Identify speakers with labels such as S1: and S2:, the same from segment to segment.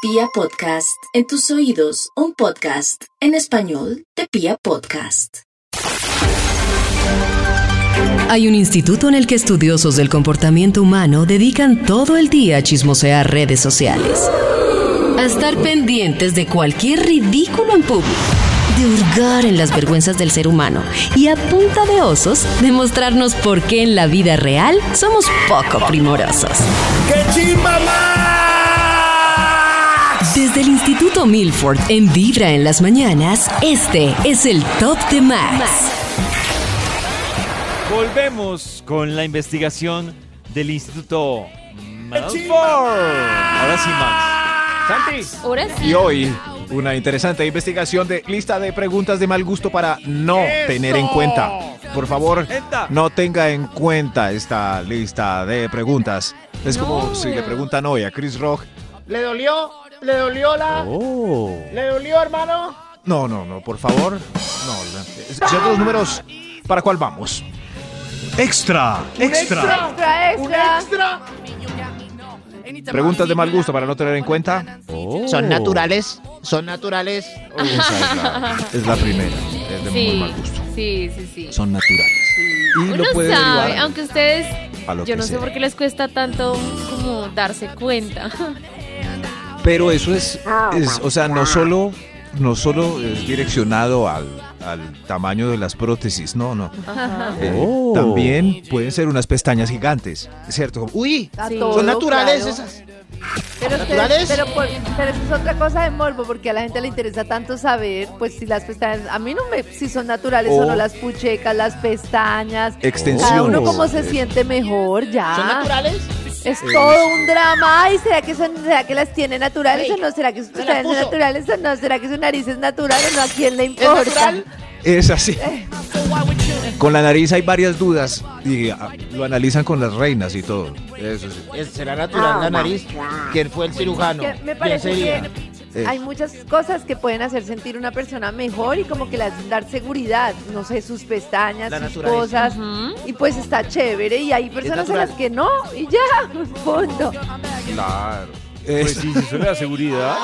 S1: Pia Podcast, en tus oídos, un podcast en español de Pia Podcast.
S2: Hay un instituto en el que estudiosos del comportamiento humano dedican todo el día a chismosear redes sociales, a estar pendientes de cualquier ridículo en público, de hurgar en las vergüenzas del ser humano y a punta de osos demostrarnos por qué en la vida real somos poco primorosos.
S3: ¡Qué chimba
S2: Desde el Instituto Milford en Vibra en las mañanas, este es el Top de Max.
S4: Volvemos con la investigación del Instituto Milford. Ahora sí, Max.
S3: Santi.
S5: Ahora sí.
S6: Y hoy, una interesante investigación de lista de preguntas de mal gusto para no
S3: ¡Eso!
S6: tener en cuenta. Por favor,
S4: Esta.
S6: no tenga en cuenta esta lista de preguntas. Es como si le preguntan hoy a Chris Rock.
S3: ¿Le dolió? ¿Le dolió la?
S6: Oh.
S3: ¿Le dolió, hermano?
S6: No, no, no, por favor. No, la- ciertos números. ¿Para cuál vamos?
S7: Extra, extra.
S5: Extra,
S3: ¿Un
S5: extra.
S3: extra?
S6: Preguntas de mal gusto para no tener en cuenta.
S4: Oh.
S8: Son naturales, son naturales.
S6: Esa es la, es la primera. Es de muy
S5: Sí,
S6: mal gusto.
S5: sí, sí, sí.
S6: Son naturales. Y lo
S5: Uno
S6: puede
S5: sabe,
S6: derivar
S5: aunque ustedes,
S6: a lo
S5: yo
S6: que
S5: no sé
S6: sea.
S5: por qué les cuesta tanto como darse cuenta.
S6: Pero eso es, es- o sea, no solo, no solo es direccionado al, al tamaño de las prótesis, no, no. Eh,
S4: Oh.
S6: También pueden ser unas pestañas gigantes, ¿cierto? Uh,
S8: Uy,
S5: Sí.
S8: son naturales esas.
S9: Pero, ustedes-
S8: ¿Naturales?
S9: pero, por- pero eso es otra cosa de morbo, porque a la gente le interesa tanto saber, pues si las pestañas, a mí no me, si son naturales o
S6: O-
S9: no las puchecas, las pestañas, cada uno
S6: Extensiones.
S9: como se siente mejor,
S8: ¿Son
S9: ya.
S8: naturales?
S9: Es todo un drama. Ay, ¿será que son, será que las tiene naturales
S8: Ay,
S9: o no? ¿Será que sus
S8: se la
S9: pestañas son
S8: puso.
S9: naturales o no? ¿Será que su nariz es natural o no? ¿A quién le importa?
S8: natural?
S6: Es así. Con la nariz hay varias dudas y ah, lo analizan con las reinas y todo. Eso sí.
S8: Es- ¿Será natural
S9: Oh
S8: la nariz? ¿Quién fue el cirujano?
S9: Que me
S8: ¿Quién
S9: parece
S8: sería?
S9: que hay muchas cosas que pueden hacer sentir una persona mejor y como que las dar seguridad, no sé, sus pestañas,
S8: La
S9: sus
S8: naturaleza.
S9: cosas.
S5: Ujú.
S9: Y pues está chévere y hay personas a
S8: natural.
S9: las que no y ya, punto.
S6: Claro.
S4: Pues
S6: Es,
S4: sí, si eso le da seguridad.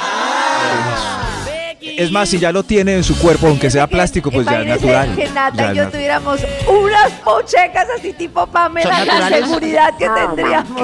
S6: es más, si ya lo tiene en su cuerpo, aunque sea plástico, pues ya es
S9: Imagínense
S6: natural.
S9: que Nata
S6: Ya
S9: y
S6: es
S9: yo
S6: natu-
S9: tuviéramos unas pochecas así tipo Pamela,
S8: ¿Son
S9: la
S8: naturales?
S9: seguridad que tendríamos.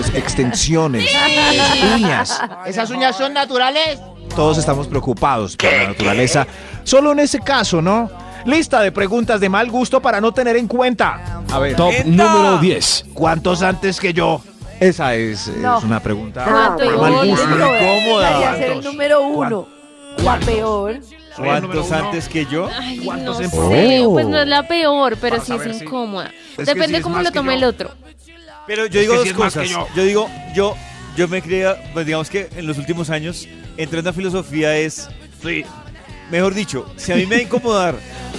S6: es extensiones, es uñas.
S8: ¿Esas uñas son naturales?
S6: Todos estamos preocupados por la naturaleza. Solo en ese caso, ¿no? Lista de preguntas de mal gusto para no tener en cuenta. A ver,
S7: Top número 10.
S6: ¿cuántos antes que yo? Esa es, es
S9: No.
S6: una pregunta
S5: ¿Cuánto
S6: de
S5: y
S6: mal
S5: cuánto?
S9: Yo
S6: gusto.
S9: creo que
S4: incómoda,
S9: debería ser el
S6: ¿cuántos?
S9: número uno, la peor.
S4: ¿Cuántos antes que yo?
S5: Ay, no
S6: ¿Cuántos
S5: sé.
S6: empleos?
S5: Pues no es la peor, pero sí
S6: saber
S5: es
S6: si-
S5: incómoda.
S6: que
S5: Depende
S6: si es
S5: cómo
S6: más
S5: lo
S6: que
S5: tome
S6: yo.
S5: el otro.
S4: Pero yo digo
S6: que
S4: dos
S6: sí es más
S4: cosas.
S6: que
S4: Yo.
S6: yo.
S4: digo, yo, yo me creía, pues digamos que en los últimos años, entre una filosofía es, sí, mejor dicho, si a mí me va a incomodar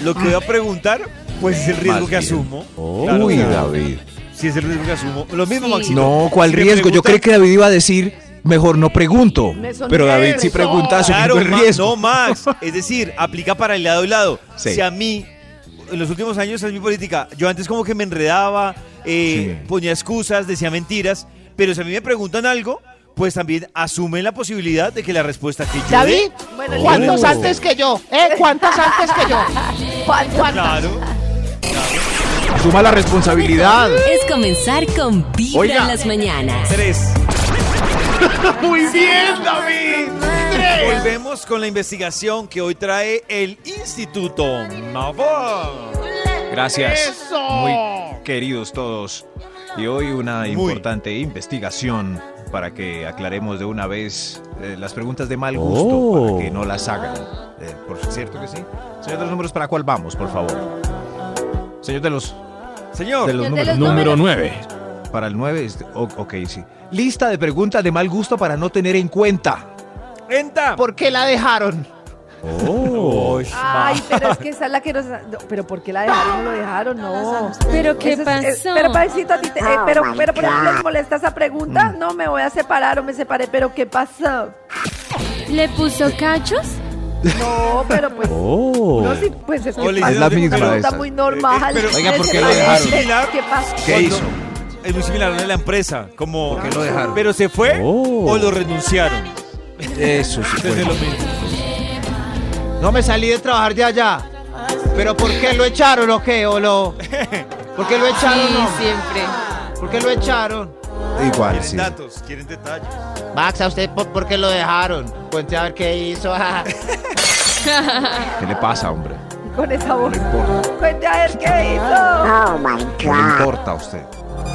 S4: lo que voy a preguntar, pues es el riesgo
S6: Más
S4: que
S6: bien.
S4: asumo. Claro, o
S6: Oh. Uy,
S4: sea,
S6: David.
S4: Si es el riesgo que asumo. Lo mismo,
S5: Sí.
S4: Maxito.
S6: No, ¿cuál
S4: Si me
S6: riesgo?
S4: preguntan-
S6: Yo creí que David iba a decir, mejor no pregunto.
S9: Me sonríe,
S6: Pero David sí
S9: eso.
S6: pregunta, asumiendo
S4: Claro,
S6: Ah, el
S4: Ma-
S6: riesgo.
S4: no, Max. Es decir, aplica para el lado y lado.
S6: Sí.
S4: Si a mí, en los últimos años, es mi política. Yo antes como que me enredaba, eh,
S6: Sí.
S4: ponía excusas, decía mentiras. Pero si a mí me preguntan algo, pues también asumen la posibilidad de que la respuesta que yo dé-
S8: ¿David?
S9: Bueno, listo.
S8: ¿Cuántos
S7: Oh.
S8: antes que yo? ¿Eh? ¿Cuántas antes que yo?
S9: ¿Cuántos?
S4: Claro.
S6: Suma la responsabilidad.
S2: Es comenzar con Vibra
S6: Oiga.
S2: en las mañanas.
S4: Tres.
S3: Muy bien, David.
S4: Volvemos con la investigación que hoy trae el Instituto Mavor.
S6: Gracias.
S3: Eso. Oh.
S6: Muy queridos todos. Y hoy una
S4: Muy.
S6: importante investigación para que aclaremos de una vez eh, las preguntas de mal gusto para que no las hagan. Eh, por cierto que sí. Señor de los números, ¿para cuál vamos, por favor? Señor de los, de
S4: Señor,
S6: los
S9: Señor de
S6: números.
S9: los
S7: Número 9.
S6: Para el 9, ok, sí. Lista de preguntas de mal gusto para no tener en cuenta.
S4: enta.
S8: ¿Por qué la dejaron?
S4: Uy,
S9: Ay, pero es que esa es la que nos. no, pero ¿por qué la dejaron? ¿Lo dejaron? No.
S5: Pero ¿qué
S9: Eso es- eh,
S5: pasó?
S9: pero, Paisito, a ti te- eh, pero, pero, por ejemplo, ¿te molesta esa pregunta?
S6: Mm.
S9: No, me voy a separar o me separé, pero ¿qué pasó?
S5: ¿Le puso cachos?
S9: No, pero pues.
S6: Oh.
S9: No, sí, pues es
S4: O
S9: que
S4: le
S9: pasa
S6: Es la
S9: una
S6: misma
S9: pregunta
S6: esa.
S9: muy normal.
S4: Eh, pero-
S6: Oiga, ¿por
S9: Me
S6: qué lo
S9: separé,
S6: dejaron?
S9: ¿Qué qué pasó?
S4: Cuando-
S6: ¿Qué
S4: eh,
S6: hizo? Oh.
S4: Es muy similar a la empresa, como que lo dejaron. Pero se fue o lo renunciaron.
S6: Eso sí.
S4: Desde lo mismo.
S8: No me salí de trabajar de allá. ¿Pero por qué lo echaron o qué? ¿O lo... ¿Por qué lo echaron?
S5: Sí,
S8: no?
S5: siempre.
S8: ¿Por qué lo echaron?
S6: Igual,
S4: Quieren
S6: sí.
S4: datos, quieren detalles.
S8: Max, ¿a usted por, por qué lo dejaron? Cuente a ver qué hizo.
S6: ¿Qué le pasa, hombre?
S9: Con esa
S6: No
S9: voz.
S6: le importa.
S9: Cuente a ver qué hizo.
S8: Ah,
S6: No le importa a usted.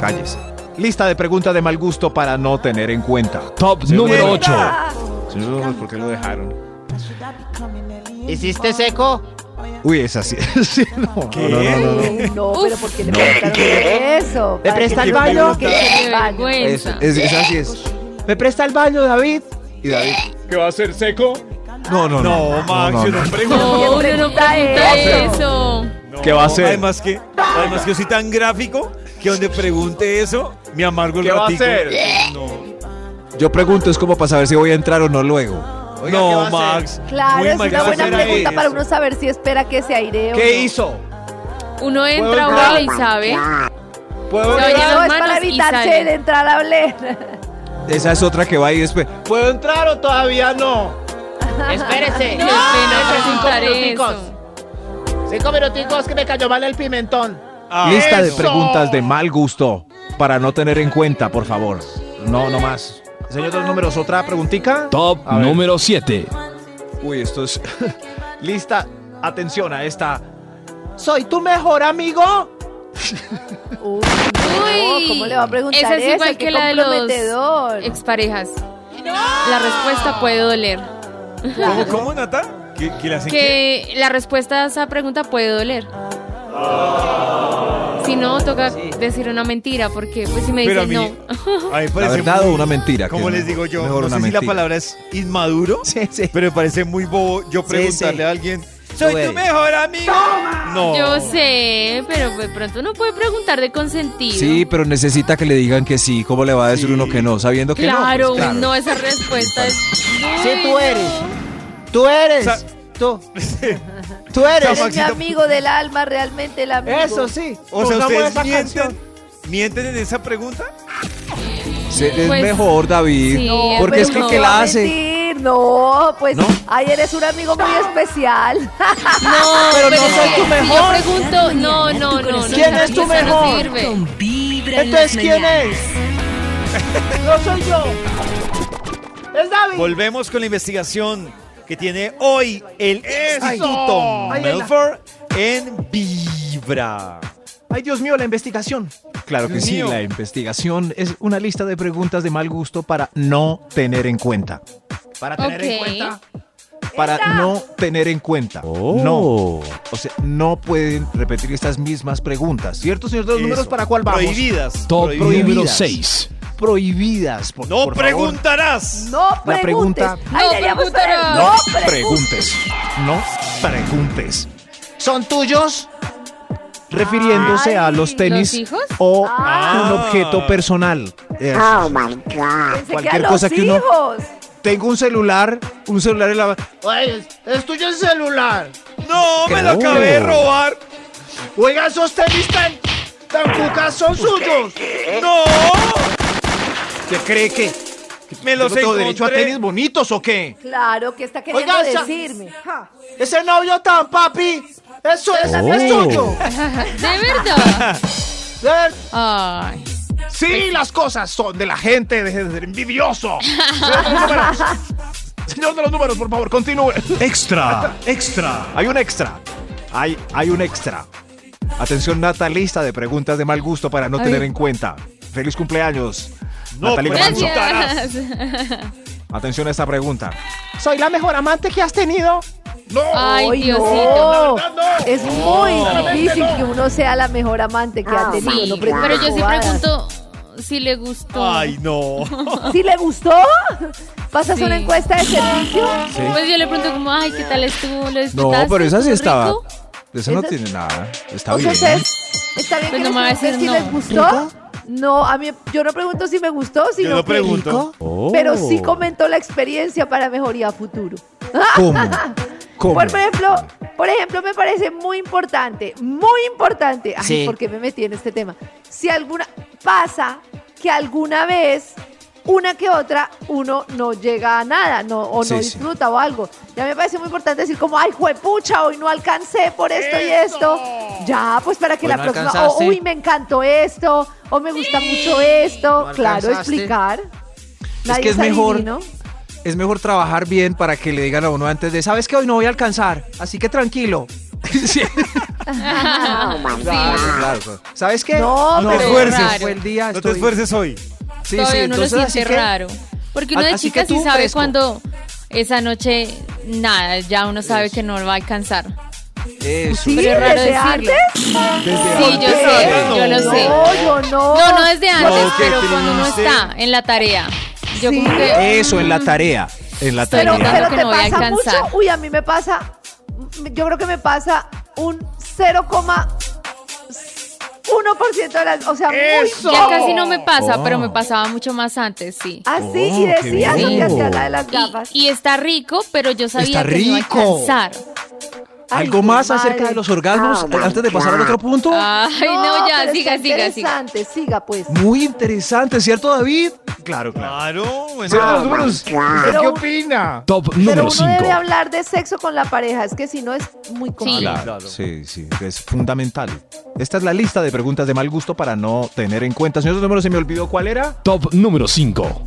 S6: Cállese. Lista de preguntas de mal gusto para no tener en cuenta.
S7: Top número 8.
S6: Señor, ¿por qué lo dejaron?
S8: ¿Hiciste seco?
S6: Uy, es así. Sí, no.
S4: ¿Qué?
S6: Eh, No, no, no, no.
S9: No,
S5: Uf.
S9: pero ¿por qué le preguntaron eso?
S8: ¿Le
S9: ¿Para
S8: presta
S9: qué
S8: el
S9: le
S8: baño?
S9: preguntaron? Que se
S5: Qué
S9: el baño.
S6: Es,
S5: vergüenza.
S6: es- es así es.
S8: ¿Me presta el baño, David?
S6: Y David.
S7: ¿Qué va a ser seco?
S6: No, no, no.
S4: No, Max, yo no pregunto.
S5: No,
S9: ¿Quién
S5: uno no
S9: pregunta
S5: pregunta
S9: eso?
S5: eso.
S4: No,
S7: ¿Qué va a hacer?
S4: Además que, además que yo soy tan gráfico que donde pregunte eso, me amargo el
S7: ¿Qué va a
S4: ratico.
S7: hacer?
S4: No,
S6: Yo pregunto, es como para saber si voy a entrar o no luego.
S4: no,
S8: ¿qué va a
S4: Max.
S9: Claro,
S4: muy
S9: es
S4: mal
S9: una
S4: que
S9: buena
S4: hacer
S9: pregunta
S4: eso.
S9: para uno saber si espera que se airee o no.
S8: ¿Qué hizo?
S5: Uno entra, huele y sabe.
S8: ¿Puedo
S5: Se oye
S9: Pero
S5: las
S9: no, es
S5: manos
S9: para
S5: y
S9: evitarse
S5: salen.
S9: de entrar a oler.
S6: Esa es otra que va ahí después.
S8: ¿Puedo entrar o todavía no? Espérese.
S5: Qué pena preguntar
S8: minuticos.
S5: eso.
S8: Cinco minuticos que me cayó mal el pimentón.
S4: Ah,
S6: Lista de
S4: eso.
S6: preguntas de mal gusto para no tener en cuenta, por favor. No, no más. Señor de los números, otra preguntica.
S7: Top
S6: A ver.
S7: número 7.
S6: Uy, esto es. Lista, atención a esta.
S8: ¿Soy tu mejor amigo?
S9: Uy,
S5: Uy,
S9: no, ¿cómo le va a preguntar
S5: esa es
S9: eso?
S5: igual
S9: Qué
S5: que la de los
S9: comprometedor.
S5: Exparejas. La respuesta puede doler.
S4: ¿Cómo, cómo, Nata? ¿Que, que le hacen qué?
S5: Que la respuesta a esa pregunta puede doler. Si no, toca decir una mentira, porque pues si me
S4: Pero a
S5: dicen
S4: mí,
S5: no.
S4: a mí me
S6: La
S4: parece
S6: verdad
S4: muy-
S6: o una mentira.
S4: Como
S6: que
S4: les
S6: me-
S4: digo yo,
S6: Mejor
S4: no
S6: una
S4: sé si
S6: mentira.
S4: la palabra es inmaduro,
S6: Sí, sí.
S4: pero me parece muy bobo yo preguntarle
S6: sí.
S4: a alguien, ¿soy
S6: eres.
S4: tu mejor amigo? No.
S5: Yo sé, pero de pronto uno puede preguntar de consentido.
S6: Sí, pero necesita que le digan que sí. ¿Cómo le va a decir
S4: Sí.
S6: uno que no? Sabiendo que
S5: claro,
S6: no. pues
S5: no, esa respuesta es.
S8: Sí,
S5: Uy,
S8: tú
S5: no.
S8: eres. Tú eres.
S4: Sa-
S8: tú. Tú
S9: Eres
S8: eres.
S9: mi amigo del alma, realmente el amigo.
S8: Eso sí.
S4: O sea,
S8: Pongamos
S4: ¿ustedes
S8: esa
S4: mienten,
S8: canción.
S4: mienten en esa pregunta?
S6: Sí, es
S5: Pues,
S6: mejor, David.
S5: sí,
S9: No,
S6: porque
S9: pero
S6: es que el
S5: no.
S6: que
S9: va
S6: la
S9: a
S6: hace.
S9: mentir, No, pues
S6: ¿No? ¡Ah!
S9: ay, eres un amigo muy especial.
S5: No,
S8: Pero no
S5: es
S8: soy
S5: que
S8: tu
S5: si
S8: mejor.
S5: yo pregunto, no, no, no. no
S8: ¿Quién es tu
S5: eso no
S8: mejor?
S5: sirve.
S2: Con Vibra en las
S8: Entonces, ¿quién
S2: mañanas.
S8: es? No soy yo. Es David.
S4: Volvemos con la investigación que tiene hoy el Instituto
S8: Ay, Elena.
S4: Melford en Vibra.
S8: Ay, Dios mío, la investigación.
S6: Claro que
S4: Dios
S6: sí,
S4: mío.
S6: la investigación es una lista de preguntas de mal gusto para no tener en cuenta.
S8: Para
S5: Ok.
S8: tener en cuenta.
S6: Para no tener en cuenta. No. O sea, no pueden repetir estas mismas preguntas. ¿Cierto, señor de los números?
S4: Eso.
S6: ¿Para cuál vamos?
S4: Prohibidas.
S7: Top
S4: prohibidas.
S7: número
S6: Prohibidas.
S7: 6.
S6: Prohibidas. Por,
S4: No
S6: por favor.
S4: preguntarás.
S9: No
S6: La
S9: preguntes.
S6: pregunta-
S9: Ay,
S5: No
S9: deberíamos
S5: preguntarás.
S9: tener-
S6: No
S9: No preguntes.
S6: preguntes. No preguntes.
S8: ¿Son tuyos?
S6: Refiriéndose a los tenis
S5: ¿los hijos?
S6: o
S9: Ah.
S6: un objeto personal. Eso.
S9: Pensé que a
S6: cualquier
S9: los
S6: cosa que uno-
S9: hijos.
S6: Tengo un celular, un celular en la...
S8: Oye, es, es tuyo el celular.
S4: No, me lo
S6: No.
S4: acabé de robar.
S8: Oiga, esos tenis tan, tan cucas son suyos.
S6: Eh.
S4: No,
S6: ¿Se cree que
S4: me los
S6: tengo derecho a tenis
S4: encontré.
S6: bonitos o qué?
S9: Claro, ¿qué está queriendo
S8: Oiga, esa-
S9: decirme? Ja.
S8: Ese novio tan papi. Eso es, es suyo.
S5: De verdad.
S8: Eh,
S5: Ay.
S6: Sí, las cosas son de la gente, deje de ser envidioso. Señor de los números. Señor de los números, por favor, continúe.
S7: Extra, extra.
S6: Hay un extra. Hay, hay un extra. Atención, Nata, lista de preguntas de mal gusto para no
S5: Ay.
S6: tener en cuenta. Feliz cumpleaños.
S4: No
S6: Natalia Gamargo.
S4: preguntes. Preguntarás.
S5: Gracias.
S6: Atención a esta pregunta.
S8: Soy la mejor amante que has tenido.
S5: Ay,
S9: Ay,
S6: Oh,
S5: Diosito.
S9: no.
S8: La verdad, no.
S9: Es muy difícil que uno sea la mejor amante que ha tenido.
S5: Sí,
S9: no preguntes
S5: pero yo sí
S9: bobadas.
S5: pregunto si le gustó.
S4: Ay, no.
S9: ¿Sí le gustó? ¿Pasas
S5: Ah. Sí.
S9: una encuesta de servicio?
S5: Pues yo le pregunto como, ay, ¿qué tal estuvo? ¿Lo
S6: No,
S5: disfrutaste?
S6: pero esa sí
S5: ¿Estuvo
S6: estaba.
S5: rico?
S6: Esa no
S9: Esa-
S6: tiene nada. Está
S9: O
S6: bien.
S9: sea,
S6: ¿eh?
S9: ¿ustedes- ¿está bien
S5: Pues
S9: que
S5: no me va a
S9: les preguntes
S5: decir
S9: si
S5: no.
S9: les gustó? No, a mí yo no pregunto si me gustó, sino
S4: no
S9: que-
S4: pregunto.
S9: Pero
S6: Oh.
S9: sí comentó la experiencia para mejoría a futuro.
S6: ¿Cómo? ¿Cómo?
S9: Por ejemplo, por ejemplo, me parece muy importante, muy importante. Ay,
S8: Sí.
S9: ¿por qué me metí en este tema? Si alguna pasa que alguna vez una que otra uno no llega a nada no, o
S6: Sí,
S9: no
S6: sí.
S9: disfruta o algo. Ya me parece muy importante decir como, ay, juepucha, hoy no alcancé por esto y esto. Ya, pues para que
S8: Hoy
S9: la
S8: no
S9: próxima, o
S8: alcanzaste.
S9: uy, me encantó esto, o me gusta mucho esto.
S8: No
S9: claro,
S8: alcanzaste.
S9: explicar. Nadie
S6: que es mejor.
S9: adivino.
S6: Es mejor trabajar bien para que le digan a uno antes de, sabes que hoy no voy a alcanzar, así que tranquilo. Sí. Claro, claro, claro. ¿Sabes qué?
S9: No,
S6: no
S9: pero
S6: te
S9: es
S6: esfuerces.
S5: raro.
S6: Fue el día,
S4: No te
S6: estoy-
S4: esfuerces hoy.
S6: Sí,
S5: Todavía
S6: sí,
S5: uno lo
S6: entonces, así
S5: siente
S6: que-
S5: raro. Porque uno
S6: A-
S5: de
S6: así
S5: chica
S6: que tú,
S5: sí sabe
S6: fresco.
S5: cuando esa noche nada, ya uno sabe que no lo va a alcanzar.
S6: Eso.
S9: Sí,
S5: Pero es raro
S9: desde
S5: decirlo.
S9: antes.
S5: Sí, yo sé, yo lo sé.
S9: No, yo no.
S5: No, no desde antes,
S4: No, qué
S5: pero cuando uno
S4: triste.
S5: está en la tarea. Yo
S9: Sí.
S5: como que
S6: Eso en la tarea. En la
S5: Pero-
S6: tarea.
S9: Pero, pero
S5: que
S9: te
S5: no voy a
S9: pasa
S5: alcanzar.
S9: mucho. Uy, a mí me pasa. Yo creo que me pasa un 0,1% de las. O sea,
S3: ¡Eso!
S9: muy
S5: ya
S9: poco.
S5: casi no me pasa,
S6: Oh.
S5: pero me pasaba mucho más antes, sí.
S9: Así,
S6: Oh,
S9: y
S6: qué
S9: decías
S6: bien.
S9: lo que hacía la de las Ah, gafas.
S5: Y, y está rico, pero yo sabía
S6: Está
S5: que no iba a
S6: rico.
S5: alcanzar.
S9: Ay,
S6: ¿Algo
S9: qué
S6: más
S9: madre.
S6: acerca de los orgasmos eh, antes de pasar al otro punto?
S5: Ay, no, ya,
S9: pero
S5: siga, siga,
S9: está
S5: siga.
S9: interesante, siga, pues.
S6: Muy interesante, ¿cierto, David? Claro, claro.
S4: Claro,
S3: Señor
S4: bueno.
S3: Osborne, ¿usted
S9: Pero-
S3: ¿Qué opina?
S7: Top
S9: Pero
S7: número
S9: uno
S7: 5.
S9: debe hablar de sexo con la pareja, es que si no es muy complicado.
S6: Claro,
S5: Sí.
S4: Claro.
S6: sí, sí, es fundamental. Esta es la lista de preguntas de mal gusto para no tener en cuenta. Señor número se me olvidó cuál era.
S7: Top número 5.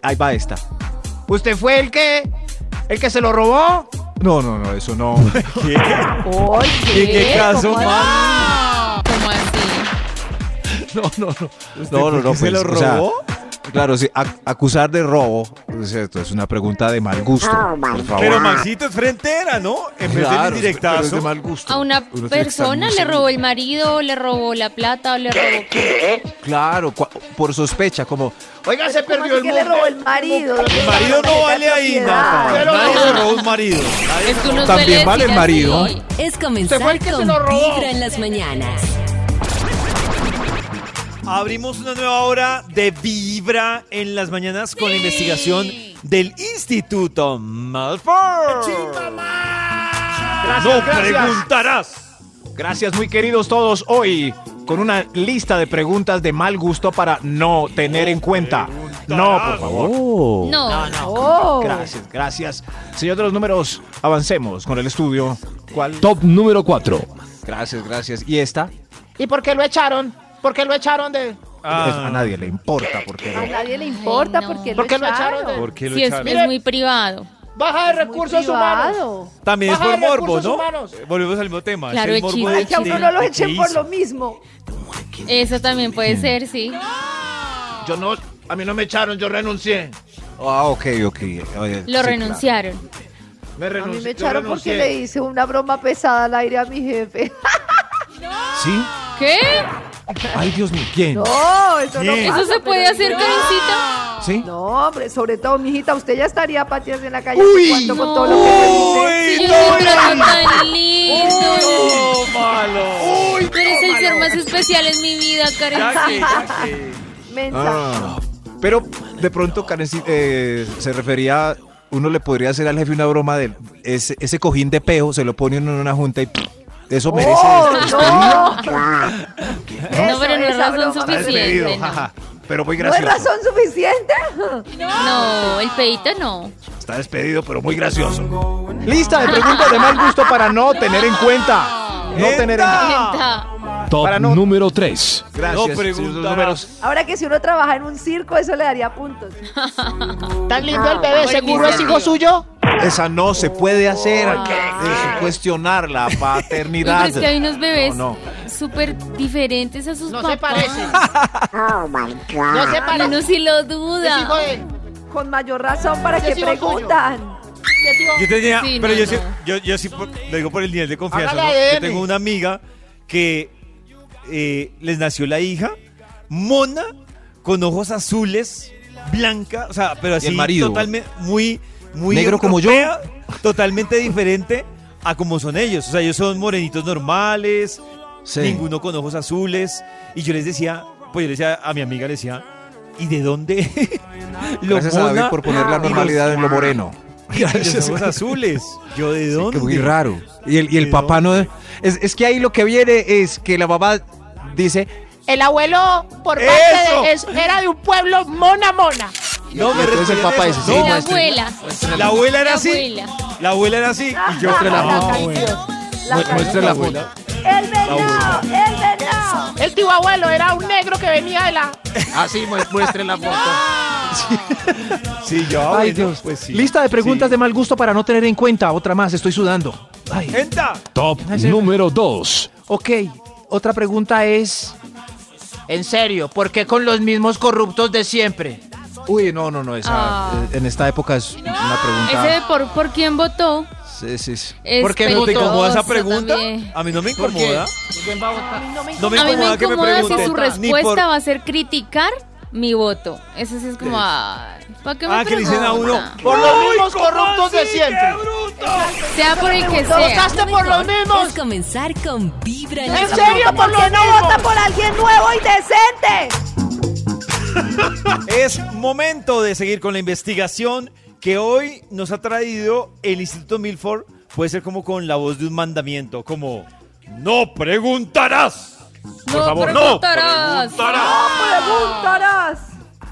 S6: Ahí va esta.
S8: ¿Usted fue el que, el que se lo robó?
S6: No, no, no, eso no.
S9: Ay,
S4: ¿Y qué caso,
S9: ¿Cómo
S4: man?
S5: ¿Cómo así?
S6: No, no, no. No, no, no.
S4: ¿Se
S6: pues,
S4: lo
S6: o sea,
S4: robó?
S6: claro, sí, ac- acusar de robo es, cierto, es una pregunta de mal gusto. por favor.
S4: Pero Maxito es frontera, ¿no? En vez de mi
S6: Claro, pero es de
S4: directazo.
S6: mal gusto.
S5: ¿A una
S6: Uno tiene que estar
S5: persona
S6: muy
S5: le
S6: seguro.
S5: robó el marido, o le robó la plata o le robó
S6: Claro, cua- por sospecha, como
S3: Oiga, se perdió
S9: así
S3: el
S9: que le
S3: mundo.
S9: robó el marido?
S4: El marido no vale ahí,
S9: nada.
S4: nada.
S3: Pero
S4: Nadie
S3: no.
S4: se robó un marido.
S5: Es que uno
S6: También
S5: suele
S6: vale el
S5: decir
S6: marido.
S5: así.
S2: Es comenzar
S3: fue el que se
S2: con
S3: lo robó.
S2: Vibra en las mañanas.
S4: Abrimos una nueva hora de Vibra en las mañanas con la investigación del Instituto Malfoy.
S6: Gracias,
S4: No preguntarás.
S6: Gracias, muy queridos todos. Hoy con una lista de preguntas de mal gusto para no tener en cuenta. No, por favor.
S5: No,
S9: Oh.
S6: Gracias, gracias. Señor de los números, avancemos con el estudio. ¿Cuál?
S7: Top número 4.
S6: Gracias, gracias. ¿Y esta?
S3: ¿Y por qué lo echaron? ¿Por qué lo echaron de.?
S6: Pues
S4: Ah.
S6: a nadie le importa porque
S9: A nadie le importa
S5: no.
S9: porque
S3: ¿Por qué lo echaron de.?
S4: ¿Por qué lo
S5: si es,
S4: echaron?
S5: es muy privado.
S3: Baja de
S9: Muy
S3: recursos humanos.
S9: privado.
S4: También es
S3: Baja
S4: por
S3: de
S4: morbo,
S3: recursos
S4: ¿no?
S3: humanos.
S4: Eh, Volvemos al mismo tema. es
S5: Claro,
S4: el
S5: el
S4: morbo
S5: chisme.
S4: de
S9: Ay, que a uno
S4: de-
S9: no lo
S4: de
S9: echen
S4: qué
S9: por
S4: hizo.
S9: lo mismo.
S5: Eso también puede ser, sí.
S3: Yo no. A mí no me echaron, yo renuncié.
S6: Ah, ok, ok. Oye,
S5: Lo
S6: sí,
S5: renunciaron.
S3: Me
S9: A
S3: renuncié.
S9: mí me
S3: yo
S9: echaron porque
S3: renuncié.
S9: le hice una broma pesada al aire a mi jefe.
S6: claro. ¿Sí?
S5: ¿Qué?
S6: Ay, Dios mío, ¿quién?
S9: No, eso no
S4: Bien.
S9: pasa,
S5: ¿Eso se puede
S9: pero-
S5: hacer, Karencita?
S6: ¿Sí?
S9: No, hombre, sobre todo, mijita, usted ya estaría pateando en la calle hace cuánto con todo lo que le hice.
S4: Uy,
S5: Yo lo trato tan lindo.
S4: malo.
S5: Tú eres el ser más especial en mi vida,
S4: Ya
S5: Karencita.
S4: que, ya que.
S9: Mensa.
S6: Ah. Pero de pronto Karen sí, eh, se refería, uno le podría hacer al jefe una broma de ese, ese cojín de pejo, se lo pone uno en una junta y ¡pum! eso merece
S9: ¡Oh,
S6: des-
S9: no! Eso,
S5: No, pero no es
S9: esa
S5: razón
S9: broma me
S5: suficiente.
S6: despedido,
S5: no.
S6: jaja. Pero muy
S9: ¿No es
S6: gracioso.
S9: razón suficiente?
S5: No, el pedito no.
S6: Está despedido, pero muy gracioso. Lista de preguntas de mal gusto para no tener en cuenta. No tener en cuenta.
S5: Sienta.
S7: Top
S6: Para no-
S7: número 3.
S6: Gracias.
S4: No
S6: señor de los
S4: preguntarás.
S6: números.
S9: Ahora que si uno trabaja en un circo, eso le daría puntos.
S3: Tan lindo el bebé, seguro es hijo
S5: iniciativa.
S3: suyo.
S6: Esa no se puede hacer. Es cuestionar la
S5: Uy,
S6: paternidad.
S5: pero es que hay unos bebés
S6: No,
S5: súper diferentes a sus
S3: No se
S5: papás.
S3: parecen. No se
S5: Y
S3: parecen.
S5: uno sí lo
S3: Es hijo
S5: duda.
S3: de.
S9: Con mayor razón para
S3: Sí,
S9: que
S3: sí, lo tuyo.
S9: preguntan.
S3: es hijo-
S4: Yo tenía,
S5: Sí,
S4: pero
S5: no,
S4: yo, sí,
S5: no.
S4: yo, yo sí por- lo digo por el nivel de confianza.
S3: Hágale
S4: ¿no?
S3: ADN.
S4: Yo tengo una amiga que eh, les nació la hija, mona, con ojos azules, blanca, o sea, pero así
S6: el marido?
S4: totalmente muy, muy
S6: ¿Negro como yo?
S4: totalmente diferente a como son ellos. O sea, ellos son morenitos normales,
S6: sí.
S4: ninguno con ojos azules. Y yo les decía, pues yo le decía a mi amiga, le decía, ¿y de dónde? lo
S6: Gracias a David
S4: mona
S6: por poner
S4: y
S6: la
S4: los-
S6: normalidad en lo moreno.
S4: y los ojos azules. ¿Yo de dónde?
S6: Que muy raro. Y el, y el
S4: ¿De
S6: papá no. Es, es que ahí lo que viene es que la mamá dice:
S3: El abuelo por
S4: ¡Eso!
S3: parte de, es- era de un pueblo mona mona.
S4: No, me
S8: Entonces el
S4: respondían
S8: papá
S4: eso.
S8: dice, sí,
S4: No,
S5: La abuela.
S4: La abuela era
S5: La
S4: así.
S5: abuela.
S4: La abuela era así. Y yo
S7: Muestre la
S9: La
S7: foto.
S9: canción. La
S7: Mu- Muestre la foto.
S9: ¡El venado! ¡El venado!
S3: El tío abuelo era un negro que venía de la.
S6: Así muestre la foto.
S4: Sí, yo. ah,
S6: Ay,
S4: bueno,
S6: Dios.
S4: pues sí.
S6: Lista de preguntas
S4: Sí.
S6: de mal gusto para no tener en cuenta. Otra más, estoy sudando. Ay.
S4: Enta.
S7: Top número 2.
S6: Ok, otra pregunta es.
S3: En serio, ¿por qué con los mismos corruptos de siempre?
S6: Uy, no, no, no. Esa,
S5: Ah.
S6: eh, En esta época es una
S5: Ese de
S6: pregunta.
S5: por, por quién votó.
S6: Sí, sí, sí.
S5: es
S4: ¿Por qué no te
S5: peligroso
S4: incomoda esa pregunta?
S5: también.
S4: A mí no me incomoda. No me
S5: A mí me
S4: incomoda que me
S5: incomoda si
S4: pregunten.
S5: su
S4: Ni por-
S5: respuesta va a ser criticar mi voto. Eso sí es como, ay, ¿para qué me
S4: Ah, que le dicen a uno.
S5: preguntan?
S3: Por los
S4: "Uy,
S3: mismos
S4: ¿cómo
S3: corruptos de
S4: así?
S3: siempre".
S4: ¡Qué bruto!
S5: Sea por el que sea.
S3: ¡Votaste por los
S2: Es
S3: mismos!
S2: comenzar con Vibra en
S3: ¿En
S2: las
S3: serio?
S2: mañanas.
S3: Por
S9: ¿Por
S3: lo
S9: qué no
S3: mismo.
S9: vota por alguien nuevo y decente?
S4: Es momento de seguir con la investigación que hoy nos ha traído el Instituto Milford. Puede ser como con la voz de un mandamiento, como no preguntarás. Por
S5: No
S4: favor,
S5: preguntarás.
S4: no preguntarás.
S9: Preguntarás.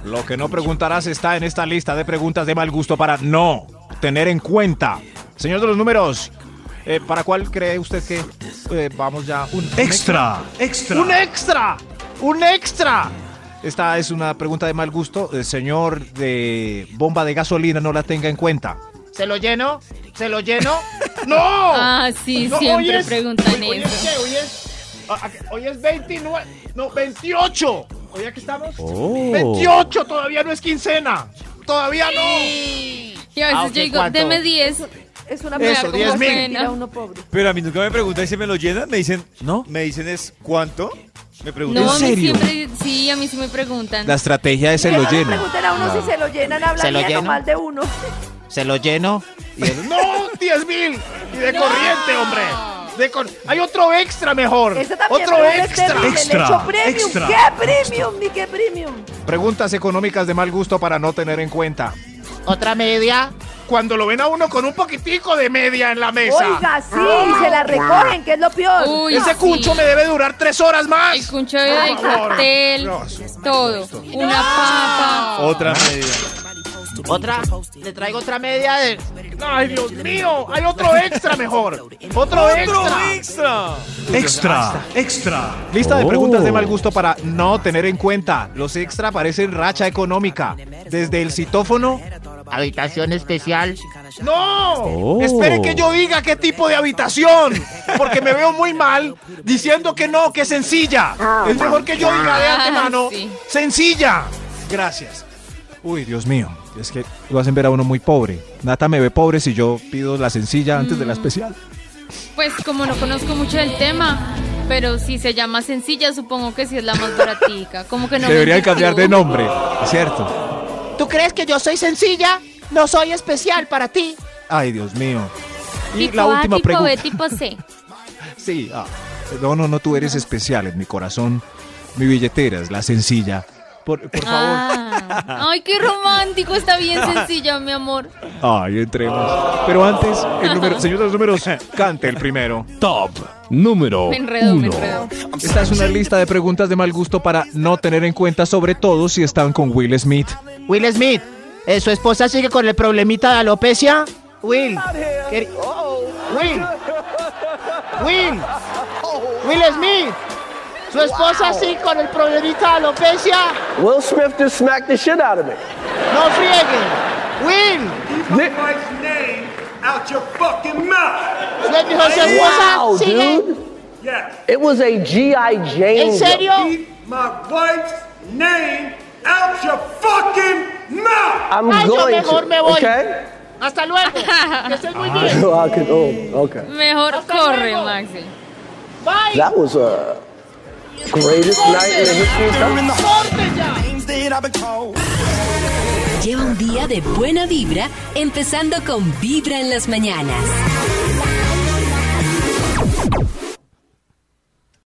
S6: Lo que no preguntarás está en esta lista de preguntas de mal gusto para no tener en cuenta. Señor de los números, eh, ¿para cuál cree usted que eh, vamos ya? Un extra, extra.
S3: ¡Un extra! ¡Un extra!
S6: Esta es una pregunta de mal gusto. El señor de bomba de gasolina no la tenga en cuenta.
S3: ¿Se lo lleno? ¿Se lo lleno? ¡No!
S5: Ah, sí,
S3: No,
S5: siempre
S3: hoy es-
S5: preguntan
S3: hoy, hoy es
S5: eso.
S3: qué, hoy es, a- a- Ah, hoy es 29, no, 28. Hoy aquí estamos. 28, todavía no es quincena. Todavía no.
S5: Y a
S3: Ah,
S5: veces
S3: ok,
S5: yo digo,
S3: ¿cuánto?
S5: deme 10.
S9: Es una
S5: Eso,
S9: como
S5: 10.000.
S9: sentir a uno pobre.
S4: Pero a mí nunca me preguntan y se me lo llenan. Me dicen,
S6: ¿No?
S4: Me dicen es cuánto. Me preguntan.
S5: No, a
S6: ¿En
S5: mí
S6: serio?
S5: siempre, sí, a mí sí me preguntan.
S6: La estrategia es se lo
S9: Que no le
S6: llena.
S9: Pregunten a uno si se lo llenan,
S8: ¿Se
S9: hablan
S8: lo
S9: bien o
S8: lleno?
S9: mal de uno.
S8: Se lo lleno. Y el-
S3: No, 10 mil. Y de corriente, hombre. De cor- Hay otro extra mejor.
S9: Ese también
S3: Otro
S9: pero es
S3: extra.
S9: terrible, le echo premium. ¿Qué premium? Ni qué premium.
S6: Preguntas económicas de mal gusto para no tener en cuenta.
S3: Otra media. Cuando lo ven a uno con un poquitico de media en la mesa.
S9: Oiga, sí, se la recogen, que es lo peor.
S5: Uy,
S3: Ese
S5: sí.
S3: cucho me debe durar tres horas más.
S5: El cuncho de
S3: Por favor.
S5: cartel, todo. Una papa.
S4: Otra media.
S3: Otra, le traigo otra media de. ¡Ay, Dios mío! ¡Hay otro extra mejor! ¡Otro extra!
S4: extra.
S7: Extra, extra.
S6: Lista de
S7: Oh.
S6: preguntas de mal gusto para no tener en cuenta. Los extra parecen racha económica. Desde el citófono.
S3: Habitación especial. ¡No!
S7: Oh.
S3: Espere que yo diga qué tipo de habitación. Porque me veo muy mal diciendo que no, que es sencilla. Es mejor que yo diga de
S5: Ah,
S3: antemano.
S5: sí.
S3: ¡Sencilla! Gracias.
S6: Uy, Dios mío. Es que lo hacen ver a uno muy pobre. Nata me ve pobre si yo pido la sencilla antes de
S3: Mm.
S6: la especial.
S5: Pues como no conozco mucho del tema, pero si se llama sencilla, supongo que sí es la más baratica. Como que no me
S6: Deberían cambiar de
S5: identifico.
S6: nombre. Cierto.
S3: ¿Tú crees que yo soy sencilla? No soy especial para ti.
S6: Ay, Dios mío. Y
S5: Tipo
S6: la
S5: A,
S6: última
S5: tipo B,
S6: pregunta.
S5: tipo C.
S6: Sí. ah. No, no, no. Tú eres especial en mi corazón. Mi billetera es la sencilla. Por, por favor.
S5: Ah. Ay, qué romántico, está bien sencilla, mi amor.
S6: Ay, entremos. Pero antes, el número, señor de los números, cante el primero.
S7: Top número
S5: Me enredo, me
S7: 1.
S5: enredo.
S6: Esta es una lista de preguntas de mal gusto para no tener en cuenta, sobre todo si están con Will Smith.
S3: Will Smith, ¿eh, ¿su esposa sigue con el problemita de alopecia? Will. queri-
S10: Oh.
S3: Will. Will. Will Smith. ¿Su esposa sigue con el problemita de alopecia?
S10: Will Smith just smacked the shit out of me.
S3: No friegue. Will. Su esposa- su esposa
S10: Wow,
S3: sigue.
S10: dude. It was a G.I. Jane.
S3: ¿En serio?
S10: I'm
S3: Ay, yo
S10: going
S3: mejor
S10: to,
S3: me voy.
S10: Okay?
S3: Hasta luego. Que estés muy bien.
S10: So I could, oh, okay.
S5: Mejor
S3: Hasta
S5: corre,
S3: luego.
S5: Maxi.
S3: Bye.
S10: That was a greatest night in the history of time.
S3: Corte ya.
S2: Lleva un día de buena vibra, empezando con Vibra en las mañanas.